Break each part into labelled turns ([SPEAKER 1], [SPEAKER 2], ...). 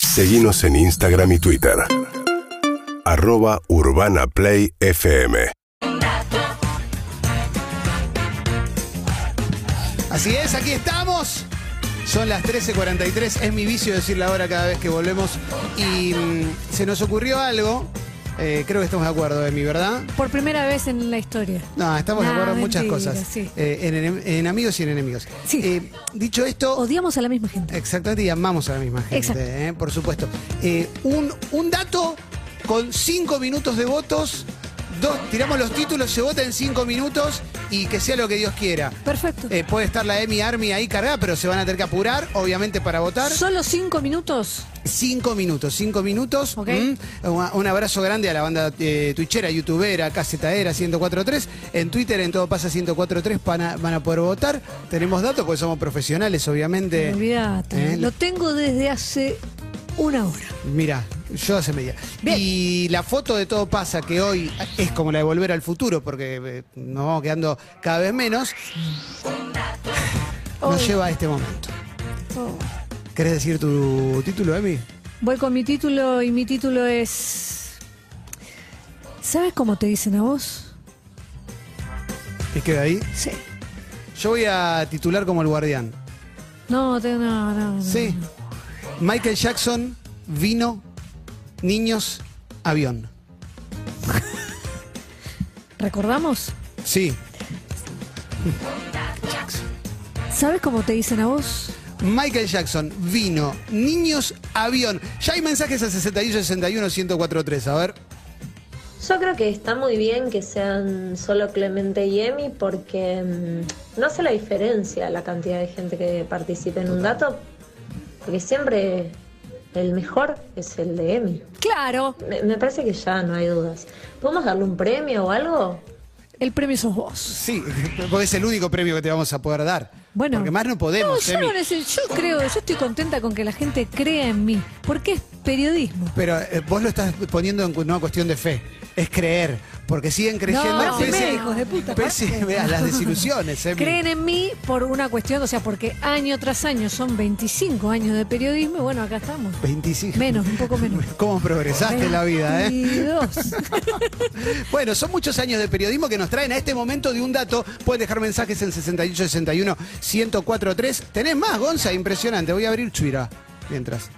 [SPEAKER 1] Seguimos en Instagram y Twitter. Arroba Urbana Play FM.
[SPEAKER 2] Así es, aquí estamos. Son las 13.43. Es mi vicio decir la hora cada vez que volvemos. Y mm, se nos ocurrió algo. Eh, creo que estamos de acuerdo, Emi, ¿verdad?
[SPEAKER 3] Por primera vez en la historia.
[SPEAKER 2] No, estamos
[SPEAKER 3] No,
[SPEAKER 2] de acuerdo en muchas
[SPEAKER 3] mentira,
[SPEAKER 2] cosas.
[SPEAKER 3] sí.
[SPEAKER 2] Eh, en, enem- en amigos y en enemigos.
[SPEAKER 3] Sí.
[SPEAKER 2] Eh, dicho esto,
[SPEAKER 3] Odiamos a la misma gente.
[SPEAKER 2] Exactamente, y amamos a la misma
[SPEAKER 3] Exacto.
[SPEAKER 2] gente, ¿eh? por supuesto. Eh, un, un dato con cinco minutos de votos, dos, tiramos los títulos, se vota en cinco minutos y que sea lo que Dios quiera.
[SPEAKER 3] Perfecto.
[SPEAKER 2] Eh, puede estar la Emi Army ahí cargada, pero se van a tener que apurar, obviamente, para votar.
[SPEAKER 3] Solo cinco minutos.
[SPEAKER 2] Cinco minutos, cinco minutos.
[SPEAKER 3] Ok.
[SPEAKER 2] Mm. Un, un abrazo grande a la banda eh, twitchera, youtubera, casetaera, 1043. En Twitter, en todo pasa 1043, van a, van a poder votar. Tenemos datos porque somos profesionales, obviamente.
[SPEAKER 3] Olvídate.
[SPEAKER 2] Eh,
[SPEAKER 3] Lo tengo desde hace una hora.
[SPEAKER 2] Mira, yo hace media.
[SPEAKER 3] Bien.
[SPEAKER 2] Y la foto de todo pasa, que hoy es como la de volver al futuro, porque eh, nos vamos quedando cada vez menos, nos
[SPEAKER 3] Oh.
[SPEAKER 2] lleva a este momento.
[SPEAKER 3] Oh.
[SPEAKER 2] ¿Querés decir tu título, Emi?
[SPEAKER 3] Voy con mi título y mi título es. ¿Sabes cómo te dicen a vos?
[SPEAKER 2] Y queda ahí.
[SPEAKER 3] Sí.
[SPEAKER 2] Yo voy a titular como el guardián.
[SPEAKER 3] No, te, no, no, no.
[SPEAKER 2] Sí. Michael Jackson, vino, niños, avión.
[SPEAKER 3] ¿Recordamos?
[SPEAKER 2] Sí.
[SPEAKER 3] ¿Sabes cómo te dicen a vos?
[SPEAKER 2] Michael Jackson, vino, niños, avión. Ya hay mensajes a 61 61 1043, a ver.
[SPEAKER 4] Yo creo que está muy bien que sean solo Clemente y Emi porque mm, no hace la diferencia la cantidad de gente que participe en un dato, porque siempre el mejor es el de Emi.
[SPEAKER 3] Claro.
[SPEAKER 4] Me, me parece que ya no hay dudas. ¿Podemos darle un premio o algo?
[SPEAKER 3] El premio sos vos.
[SPEAKER 2] Sí, porque es el único premio que te vamos a poder dar.
[SPEAKER 3] Bueno.
[SPEAKER 2] Porque más no podemos,
[SPEAKER 3] No, yo,
[SPEAKER 2] Emi.
[SPEAKER 3] no neces- yo creo, yo estoy contenta con que la gente crea en mí. Porque es periodismo.
[SPEAKER 2] Pero eh, vos lo estás poniendo en cu- no cuestión de fe, es creer. Porque siguen creyendo
[SPEAKER 3] No, firmé, hijos de puta,
[SPEAKER 2] pese
[SPEAKER 3] aparte.
[SPEAKER 2] a las desilusiones, Emi.
[SPEAKER 3] Creen en mí por una cuestión, o sea, porque año tras año son 25 años de periodismo y bueno, acá estamos.
[SPEAKER 2] 25.
[SPEAKER 3] Menos, un poco menos.
[SPEAKER 2] ¿Cómo progresaste en la vida, eh?
[SPEAKER 3] 22.
[SPEAKER 2] Bueno, son muchos años de periodismo que nos traen a este momento de un dato. Pueden dejar mensajes en 6861 1043. Tenés más, Gonza, impresionante. Voy a abrir Chuira mientras.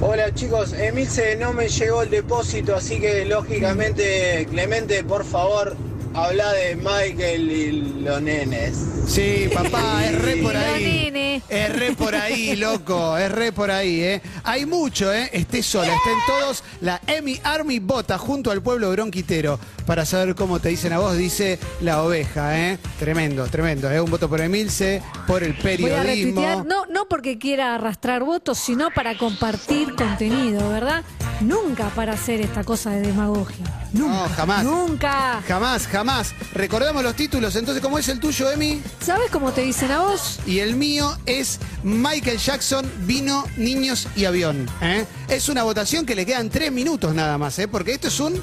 [SPEAKER 5] Hola chicos, Emilce no me llegó el depósito, así que lógicamente, Clemente, por favor, habla de Michael y los nenes.
[SPEAKER 2] Sí, papá, es re por
[SPEAKER 3] Lo
[SPEAKER 2] ahí.
[SPEAKER 3] nene.
[SPEAKER 2] Es re por ahí, loco. Es re por ahí, ¿eh? Hay mucho, ¿eh? Esté sola, estén todos. La Emi Army vota junto al pueblo bronquitero. Para saber cómo te dicen a vos, dice la oveja, ¿eh? Tremendo, tremendo. ¿eh? Un voto por Emilce, por el
[SPEAKER 3] Voy
[SPEAKER 2] periodismo.
[SPEAKER 3] a retuitear, no, no porque quiera arrastrar votos, sino para compartir contenido, ¿verdad? Nunca para hacer esta cosa de demagogia. Nunca.
[SPEAKER 2] No, jamás.
[SPEAKER 3] Nunca.
[SPEAKER 2] Jamás, jamás. Recordamos los títulos. Entonces, ¿cómo es el tuyo, Emi?
[SPEAKER 3] ¿Sabes cómo te dicen a vos?
[SPEAKER 2] Y el mío es Michael Jackson, vino, niños y avión. ¿eh? Es una votación que le quedan tres minutos nada más, ¿eh? porque esto es un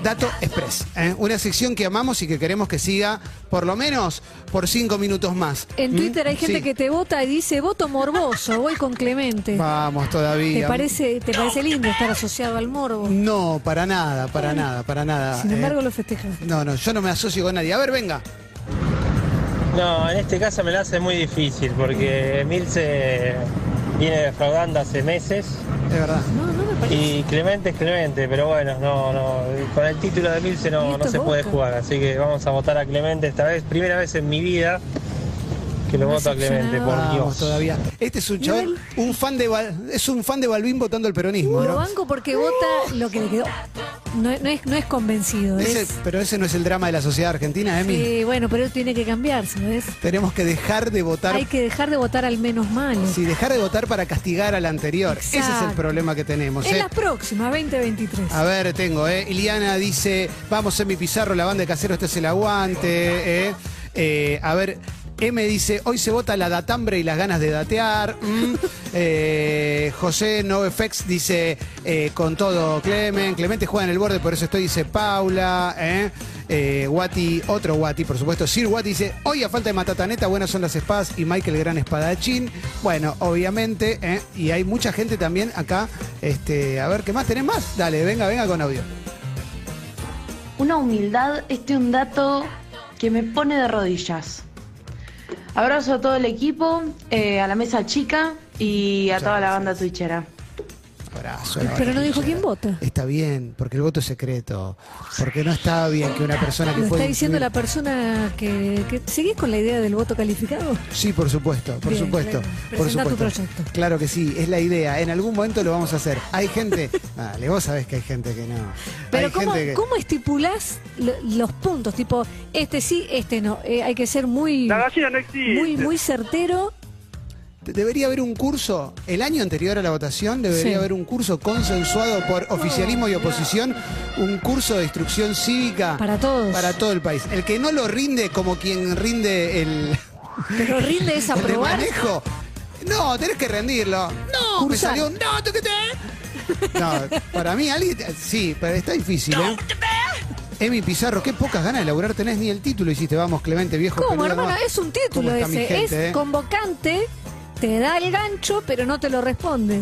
[SPEAKER 2] Dato Express. ¿eh? Una sección que amamos y que queremos que siga por lo menos por cinco minutos más.
[SPEAKER 3] En
[SPEAKER 2] ¿Mm?
[SPEAKER 3] Twitter hay gente
[SPEAKER 2] Sí.
[SPEAKER 3] que te vota y dice voto morboso, voy con Clemente.
[SPEAKER 2] Vamos todavía.
[SPEAKER 3] ¿Te parece, ¿Te parece lindo estar asociado al morbo?
[SPEAKER 2] No, para nada, para nada, para nada.
[SPEAKER 3] Sin
[SPEAKER 2] ¿eh?
[SPEAKER 3] embargo, lo festejan.
[SPEAKER 2] No, no, yo no me asocio con nadie. A ver, venga.
[SPEAKER 6] No, en este caso me la hace muy difícil porque Emil se viene defraudando hace meses
[SPEAKER 2] Es verdad.
[SPEAKER 3] No, no me parece.
[SPEAKER 6] y Clemente es Clemente, pero bueno, no, no, con el título de Emilce
[SPEAKER 3] Y
[SPEAKER 6] no,
[SPEAKER 3] esto
[SPEAKER 6] no se
[SPEAKER 3] es
[SPEAKER 6] puede
[SPEAKER 3] Boca.
[SPEAKER 6] jugar, así que vamos a votar a Clemente esta vez, primera vez en mi vida que lo
[SPEAKER 3] Me
[SPEAKER 6] voto a Clemente, por
[SPEAKER 3] decepcionaba.
[SPEAKER 2] Vamos
[SPEAKER 6] Dios.
[SPEAKER 2] todavía. Este es un chaval, un fan de Bal- es un fan de Balvin votando el peronismo,
[SPEAKER 3] Lo
[SPEAKER 2] ¿no?
[SPEAKER 3] banco porque vota lo que le quedó. No, no es, no es convencido.
[SPEAKER 2] Ese-
[SPEAKER 3] es-
[SPEAKER 2] pero ese no es el drama de la sociedad argentina, Emi.
[SPEAKER 3] Sí, bueno, pero él tiene que cambiarse, ¿no es?
[SPEAKER 2] Tenemos que dejar de votar.
[SPEAKER 3] Hay que dejar de votar al menos malo.
[SPEAKER 2] Sí, dejar de votar para castigar al anterior. Ese es el
[SPEAKER 3] Exacto.
[SPEAKER 2] problema que tenemos.
[SPEAKER 3] en
[SPEAKER 2] ¿eh?
[SPEAKER 3] las próximas, 2023.
[SPEAKER 2] A ver, tengo, ¿eh? Iliana dice, vamos, Emi Pizarro, la banda de caseros, este es el aguante, ¿eh? Eh, a ver, M dice, hoy se vota la datambre y las ganas de datear. Mm. Eh, José NoFX dice, eh, con todo, Clemen. Clemente juega en el borde, por eso estoy, dice Paula. ¿eh? Eh, Guati, otro Guati, por supuesto. Sir Guati dice, hoy a falta de Matataneta, buenas son las espadas y Michael Gran Espadachín. Bueno, obviamente, ¿eh? y hay mucha gente también acá. Este, a ver, ¿qué más tenés más? Dale, venga, venga con audio.
[SPEAKER 7] Una humildad, este es un dato que me pone de rodillas. Abrazo a todo el equipo, eh, a la mesa chica y a toda la banda twitchera.
[SPEAKER 2] Abrazo, la
[SPEAKER 3] Pero no
[SPEAKER 2] barriguilla.
[SPEAKER 3] dijo quién vota.
[SPEAKER 2] Está bien, porque el voto es secreto. Porque no está bien que una persona que
[SPEAKER 3] Lo
[SPEAKER 2] puede.
[SPEAKER 3] está diciendo la
[SPEAKER 2] influir-
[SPEAKER 3] persona que, que- ¿Seguís con la idea del voto calificado?
[SPEAKER 2] Sí, por supuesto, por
[SPEAKER 3] Bien,
[SPEAKER 2] supuesto.
[SPEAKER 3] claro.
[SPEAKER 2] Por
[SPEAKER 3] Presentá tu
[SPEAKER 2] supuesto.
[SPEAKER 3] proyecto.
[SPEAKER 2] Claro que sí, es la idea. En algún momento lo vamos a hacer. Hay gente. Dale, vos sabés que hay gente que no.
[SPEAKER 3] Pero
[SPEAKER 2] hay
[SPEAKER 3] ¿cómo,
[SPEAKER 2] gente que-
[SPEAKER 3] ¿cómo estipulás lo- los puntos? Tipo, este sí, este no. Eh, hay que ser muy,
[SPEAKER 8] La gallina no existe.
[SPEAKER 3] muy, muy certero.
[SPEAKER 2] Debería haber un curso, el año anterior a la votación, debería
[SPEAKER 3] Sí.
[SPEAKER 2] haber un curso consensuado por oficialismo y oposición, un curso de instrucción cívica
[SPEAKER 3] Para todos.
[SPEAKER 2] para todo el país. El que no lo rinde como quien rinde el,
[SPEAKER 3] Pero rinde es
[SPEAKER 2] ¿El de
[SPEAKER 3] aprobar.
[SPEAKER 2] manejo? No, tenés que rendirlo. No, me
[SPEAKER 3] Cursar.
[SPEAKER 2] salió un no, tú qué te. No, para mí alguien. Sí, pero está difícil, ¿eh? Emi Pizarro, qué pocas ganas de laburar tenés, ni el título hiciste, vamos, Clemente, viejo.
[SPEAKER 3] ¿Cómo,
[SPEAKER 2] peludo,
[SPEAKER 3] hermano?
[SPEAKER 2] ¿no?
[SPEAKER 3] Es un título
[SPEAKER 2] ¿Cómo está mi
[SPEAKER 3] ese.
[SPEAKER 2] gente,
[SPEAKER 3] es
[SPEAKER 2] eh?
[SPEAKER 3] convocante, te da el gancho, pero no te lo responde.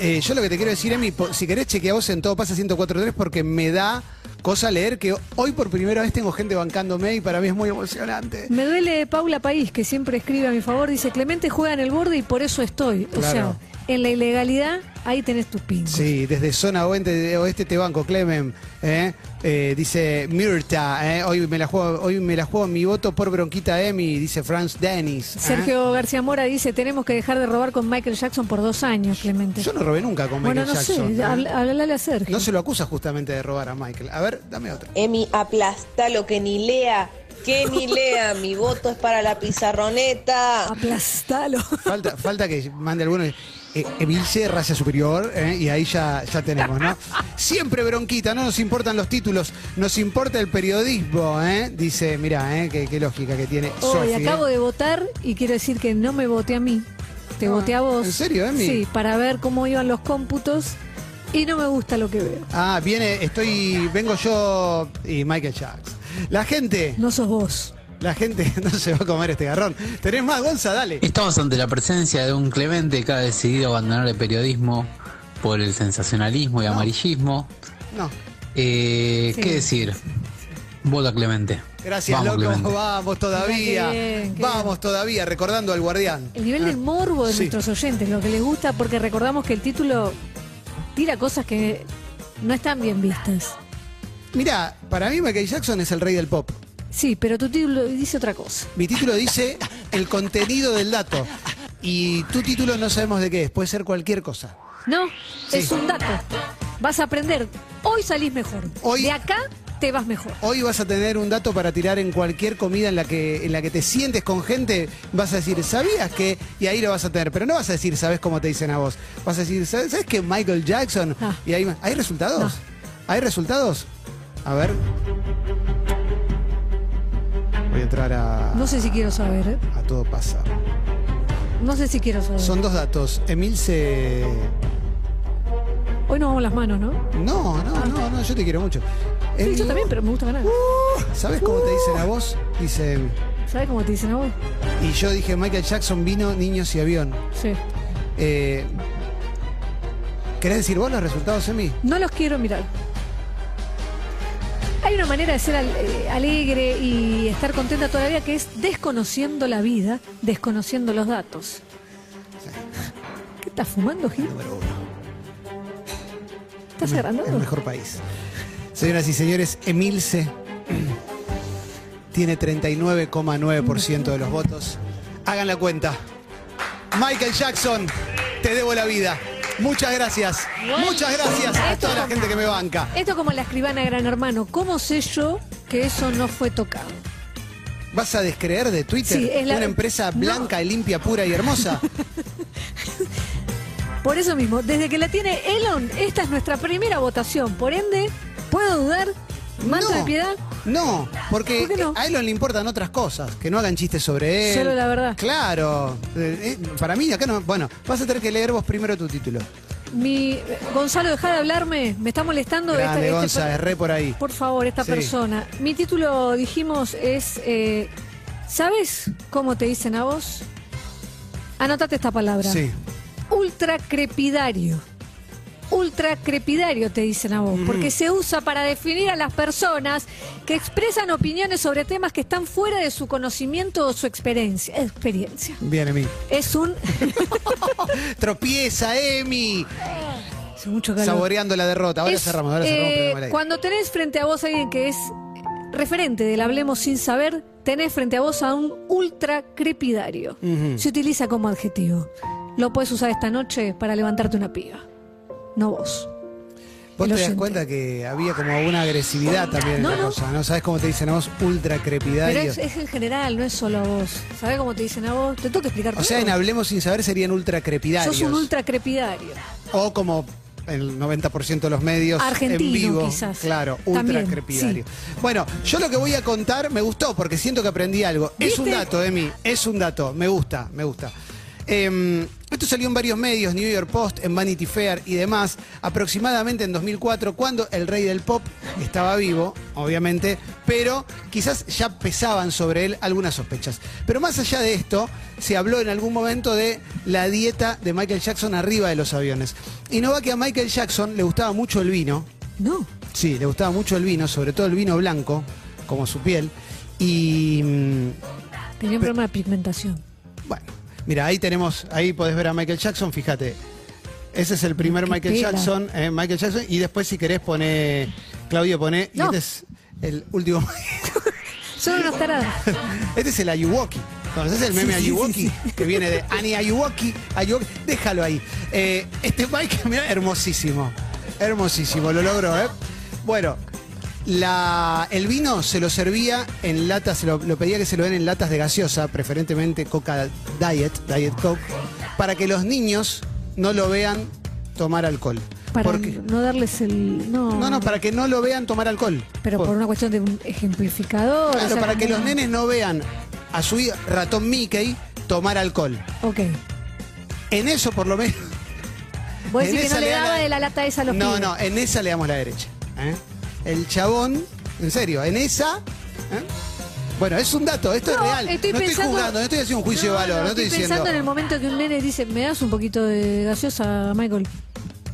[SPEAKER 2] Eh, yo lo que te quiero decir, Emi, po- si querés chequea vos en todo pasa 1043 porque me da cosa leer que hoy por primera vez tengo gente bancándome y para mí es muy emocionante.
[SPEAKER 3] Me duele Paula País, que siempre escribe a mi favor. Dice, Clemente juega en el borde y por eso estoy. O
[SPEAKER 2] Claro.
[SPEAKER 3] sea, en la ilegalidad, ahí tenés tu pin.
[SPEAKER 2] Sí, desde zona oeste, oeste te banco, Clemen. ¿eh? Eh, dice Mirta, ¿eh? hoy me la juego, hoy me la juego mi voto por bronquita Emi, dice Franz Dennis. ¿eh?
[SPEAKER 3] Sergio García Mora dice, tenemos que dejar de robar con Michael Jackson por dos años, Clemente.
[SPEAKER 2] Yo no robé nunca con Michael
[SPEAKER 3] bueno, no
[SPEAKER 2] Jackson.
[SPEAKER 3] sé,
[SPEAKER 2] ¿eh?
[SPEAKER 3] habla- háblale a Sergio.
[SPEAKER 2] No se lo acusa justamente de robar a Michael. A ver, dame otra.
[SPEAKER 9] Emi, aplasta lo que ni lea, que ni lea, mi voto es para la pizarroneta.
[SPEAKER 3] Aplastalo.
[SPEAKER 2] Falta, falta que mande alguno. eh, Emilce, raza superior, ¿eh? y ahí ya, ya tenemos, ¿no? Siempre bronquita, no nos importan los títulos, nos importa el periodismo, ¿eh? Dice, mirá, ¿eh? qué, qué lógica que tiene
[SPEAKER 3] Hoy
[SPEAKER 2] Sofi, ¿eh?
[SPEAKER 3] acabo de votar y quiero decir que no me voté a mí, te voté a vos.
[SPEAKER 2] Ah, ¿en serio, Emi?
[SPEAKER 3] Sí, para ver cómo iban los cómputos y no me gusta lo que veo.
[SPEAKER 2] Ah, viene, estoy, vengo yo y Michael Jackson. La gente,
[SPEAKER 3] No sos vos.
[SPEAKER 2] la gente no se va a comer este garrón. ¿Tenés más, Gonza? Dale.
[SPEAKER 10] Estamos ante la presencia de un Clemente que ha decidido abandonar el periodismo por el sensacionalismo y amarillismo.
[SPEAKER 2] No.
[SPEAKER 10] Eh,
[SPEAKER 3] Sí.
[SPEAKER 10] ¿Qué decir? Vota Clemente.
[SPEAKER 2] Gracias,
[SPEAKER 10] Vamos,
[SPEAKER 2] loco.
[SPEAKER 10] Clemente.
[SPEAKER 2] Vamos todavía.
[SPEAKER 3] Mirá qué bien, qué
[SPEAKER 2] Vamos todavía, recordando al guardián.
[SPEAKER 3] El nivel del morbo de
[SPEAKER 2] Ah, Sí.
[SPEAKER 3] nuestros oyentes, lo que les gusta, porque recordamos que el título tira cosas que no están bien vistas.
[SPEAKER 2] Mirá, para mí Michael Jackson es el rey del pop.
[SPEAKER 3] Sí, pero tu título dice otra cosa.
[SPEAKER 2] Mi título dice el contenido del dato. Y tu título no sabemos de qué es. Puede ser cualquier cosa.
[SPEAKER 3] No,
[SPEAKER 2] Sí.
[SPEAKER 3] es un dato. Vas a aprender. Hoy salís mejor.
[SPEAKER 2] Hoy-
[SPEAKER 3] De acá te vas mejor.
[SPEAKER 2] Hoy vas a tener un dato para tirar en cualquier comida en la que en la que te sientes con gente, vas a decir, ¿sabías que? Y ahí lo vas a tener, pero no vas a decir, ¿sabes cómo te dicen a vos? Vas a decir, ¿sabes, sabes que Michael Jackson?
[SPEAKER 3] Ah.
[SPEAKER 2] Y ahí hay resultados.
[SPEAKER 3] No.
[SPEAKER 2] ¿Hay resultados? A ver. Voy a entrar a
[SPEAKER 3] No sé si quiero saber. ¿eh?
[SPEAKER 2] a todo pasa.
[SPEAKER 3] No sé si quiero saber.
[SPEAKER 2] Son dos datos. Emil se
[SPEAKER 3] Hoy nos vamos las manos, ¿no?
[SPEAKER 2] No, no, no, no, yo te quiero mucho.
[SPEAKER 3] Ah. Sí,
[SPEAKER 2] Emil,
[SPEAKER 3] yo también, pero Uh. me gusta ganar.
[SPEAKER 2] ¿Sabes cómo te dicen a vos? Dice,
[SPEAKER 3] ¿Sabes cómo te dicen a vos?
[SPEAKER 2] y yo dije, Michael Jackson vino, niños y avión.
[SPEAKER 3] Sí.
[SPEAKER 2] Eh, ¿Querés decir vos los resultados, Emi?
[SPEAKER 3] No los quiero mirar. Hay una manera de ser al- eh, alegre y estar contenta todavía que es desconociendo la vida, desconociendo los datos. ¿Qué estás fumando, Gil?
[SPEAKER 2] Número uno.
[SPEAKER 3] ¿Estás
[SPEAKER 2] El
[SPEAKER 3] agrandando?
[SPEAKER 2] mejor país. Señoras y señores, Emilce tiene 39,9% de los votos. Hagan la cuenta. Michael Jackson, te debo la vida. Muchas gracias. Muchas gracias a toda la gente que me banca.
[SPEAKER 3] Esto como la escribana Gran Hermano. ¿Cómo sé yo que eso no fue tocado?
[SPEAKER 2] ¿Vas a descreer de Twitter
[SPEAKER 3] Sí, es la-
[SPEAKER 2] una empresa
[SPEAKER 3] No.
[SPEAKER 2] blanca, limpia, pura y hermosa?
[SPEAKER 3] Por eso mismo, desde que la tiene Elon, esta es nuestra primera votación. Por ende, ¿puedo dudar? ¿Manto
[SPEAKER 2] No.
[SPEAKER 3] de piedad?
[SPEAKER 2] No, porque
[SPEAKER 3] ¿Por qué no?
[SPEAKER 2] a Elon le importan otras cosas, que no hagan chistes sobre él.
[SPEAKER 3] Solo la verdad.
[SPEAKER 2] Claro. Eh, eh, para mí, acá no. Bueno, vas a tener que leer vos primero tu título.
[SPEAKER 3] Mi, Gonzalo, deja de hablarme. Me está molestando. esta-
[SPEAKER 2] Grande,
[SPEAKER 3] este-
[SPEAKER 2] Gonza, erré por ahí.
[SPEAKER 3] Por favor, esta
[SPEAKER 2] Sí.
[SPEAKER 3] persona. Mi título, dijimos, es... eh, ¿Sabes cómo te dicen a vos? Anotate esta palabra.
[SPEAKER 2] Sí.
[SPEAKER 3] Ultra crepidario. Ultra crepidario te dicen a vos, porque se usa para definir a las personas que expresan opiniones sobre temas que están fuera de su conocimiento o su experiencia. experiencia.
[SPEAKER 2] Bien, Emi.
[SPEAKER 3] Es un...
[SPEAKER 2] Tropieza, Emi.
[SPEAKER 3] Hace mucho calor.
[SPEAKER 2] Saboreando la derrota. Ahora
[SPEAKER 3] Es,
[SPEAKER 2] cerramos, ahora cerramos.
[SPEAKER 3] eh,
[SPEAKER 2] programa al aire.
[SPEAKER 3] cuando tenés frente a vos a alguien que es referente del Hablemos Sin Saber, tenés frente a vos a un ultra crepidario. Se utiliza como adjetivo. Lo puedes usar esta noche para levantarte una piba. No vos.
[SPEAKER 2] Vos
[SPEAKER 3] el
[SPEAKER 2] te das
[SPEAKER 3] oyente.
[SPEAKER 2] cuenta que había como una agresividad también
[SPEAKER 3] No,
[SPEAKER 2] en la
[SPEAKER 3] no.
[SPEAKER 2] cosa. No sabes cómo te dicen a vos, ultra
[SPEAKER 3] Pero
[SPEAKER 2] crepidario.
[SPEAKER 3] es, es en general, no es solo a vos. ¿Sabés cómo te dicen a vos? Te tengo que explicar
[SPEAKER 2] O sea, en
[SPEAKER 3] todo.
[SPEAKER 2] Hablemos sin saber serían ultra crepidarios.
[SPEAKER 3] Sos un ultra crepidario.
[SPEAKER 2] O como el 90% de los medios
[SPEAKER 3] Argentino,
[SPEAKER 2] en vivo.
[SPEAKER 3] quizás.
[SPEAKER 2] Claro, ultra
[SPEAKER 3] También,
[SPEAKER 2] crepidario. Bueno, yo lo que voy a contar me gustó porque siento que aprendí algo. Es un
[SPEAKER 3] ¿Viste?
[SPEAKER 2] dato, Emi, es un dato. Me gusta, me gusta. Em, esto salió en varios medios, New York Post, en Vanity Fair y demás, aproximadamente en 2004, cuando el rey del pop estaba vivo, obviamente, pero quizás ya pesaban sobre él algunas sospechas. Pero más allá de esto, se habló en algún momento de la dieta de Michael Jackson arriba de los aviones. Y no va que a Michael Jackson le gustaba mucho el vino,
[SPEAKER 3] No.
[SPEAKER 2] Sí, le gustaba mucho el vino, sobre todo el vino blanco, como su piel. Y mm,
[SPEAKER 3] Tenía un problema de pigmentación.
[SPEAKER 2] bueno, mira, ahí tenemos, ahí podés ver a Michael Jackson, fíjate. Ese es el primer
[SPEAKER 3] Qué
[SPEAKER 2] Michael
[SPEAKER 3] tela.
[SPEAKER 2] Jackson, eh, Michael Jackson, y después si querés poné, Claudio poné, y
[SPEAKER 3] No.
[SPEAKER 2] este es el último,
[SPEAKER 3] Solo unas taradas.
[SPEAKER 2] este es el Ayuwoki. Entonces el meme Ayuwoki, que viene de Ani Ayuwoki, Ayuwoki, déjalo ahí. Eh, este Michael, mira, hermosísimo, hermosísimo, lo logró, ¿eh? Bueno, La- el vino se lo servía en latas, se lo, lo pedía que se lo den en latas de gaseosa, preferentemente Coca Diet, Diet Coke, para que los niños no lo vean tomar alcohol.
[SPEAKER 3] Para
[SPEAKER 2] Porque-
[SPEAKER 3] no darles el. No,
[SPEAKER 2] no, no, para que no lo vean tomar alcohol.
[SPEAKER 3] Pero por una cuestión de un ejemplificador.
[SPEAKER 2] Claro,
[SPEAKER 3] o sea,
[SPEAKER 2] para
[SPEAKER 3] como-
[SPEAKER 2] que los nenes no vean a su hi- ratón Mickey tomar alcohol.
[SPEAKER 3] Ok.
[SPEAKER 2] En eso, por lo menos.
[SPEAKER 3] Vos
[SPEAKER 2] en
[SPEAKER 3] decís que
[SPEAKER 2] esa
[SPEAKER 3] no le
[SPEAKER 2] da
[SPEAKER 3] daba de la lata esa a los
[SPEAKER 2] No,
[SPEAKER 3] pibes.
[SPEAKER 2] no, en esa le damos la derecha. ¿eh? El chabón, en serio, en esa. ¿eh? Bueno, es un dato, esto
[SPEAKER 3] No,
[SPEAKER 2] es real.
[SPEAKER 3] estoy
[SPEAKER 2] no estoy
[SPEAKER 3] pensando-
[SPEAKER 2] jugando, no estoy haciendo un juicio
[SPEAKER 3] No,
[SPEAKER 2] de valor, no,
[SPEAKER 3] no,
[SPEAKER 2] estoy, diciendo.
[SPEAKER 3] pensando en el momento que un nene dice, ¿me das un poquito de gaseosa, Michael?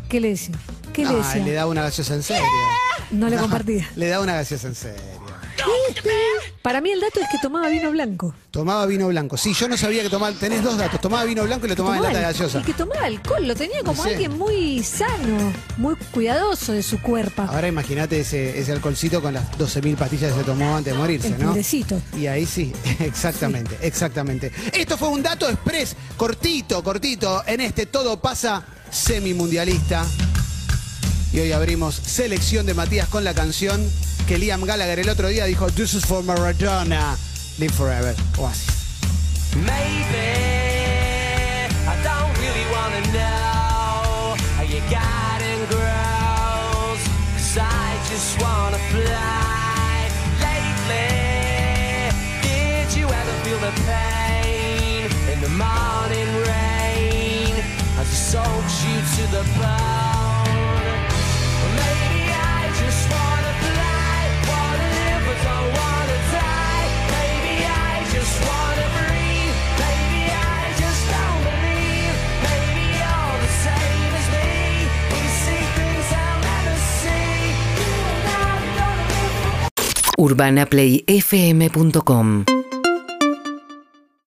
[SPEAKER 3] ¿Qué le decía? ¿Qué le
[SPEAKER 2] No,
[SPEAKER 3] decía?
[SPEAKER 2] "Ah, le da una gaseosa en serio.
[SPEAKER 3] No le
[SPEAKER 2] No,
[SPEAKER 3] compartía.
[SPEAKER 2] Le da una gaseosa en serio.
[SPEAKER 3] Para mí el dato es que tomaba vino blanco.
[SPEAKER 2] Tomaba vino blanco. Sí, yo no sabía que tomaba. Tenés dos datos. Tomaba vino blanco y lo tomaba en lata de
[SPEAKER 3] al-
[SPEAKER 2] gaseosa.
[SPEAKER 3] Y que tomaba alcohol, lo tenía como
[SPEAKER 2] Sí.
[SPEAKER 3] alguien muy sano, muy cuidadoso de su cuerpo.
[SPEAKER 2] Ahora imagínate ese, ese alcoholcito con las 12.000 pastillas que se tomó antes de morirse,
[SPEAKER 3] el
[SPEAKER 2] ¿no?
[SPEAKER 3] purecito.
[SPEAKER 2] Y ahí sí, exactamente, exactamente. Esto fue un dato express, cortito, cortito, en este Todo pasa semimundialista. Y hoy abrimos selección de Matías con la canción que Liam Gallagher el otro día dijo, This is for Maradona, Live Forever, Oasis.
[SPEAKER 8] urbanaplayfm.com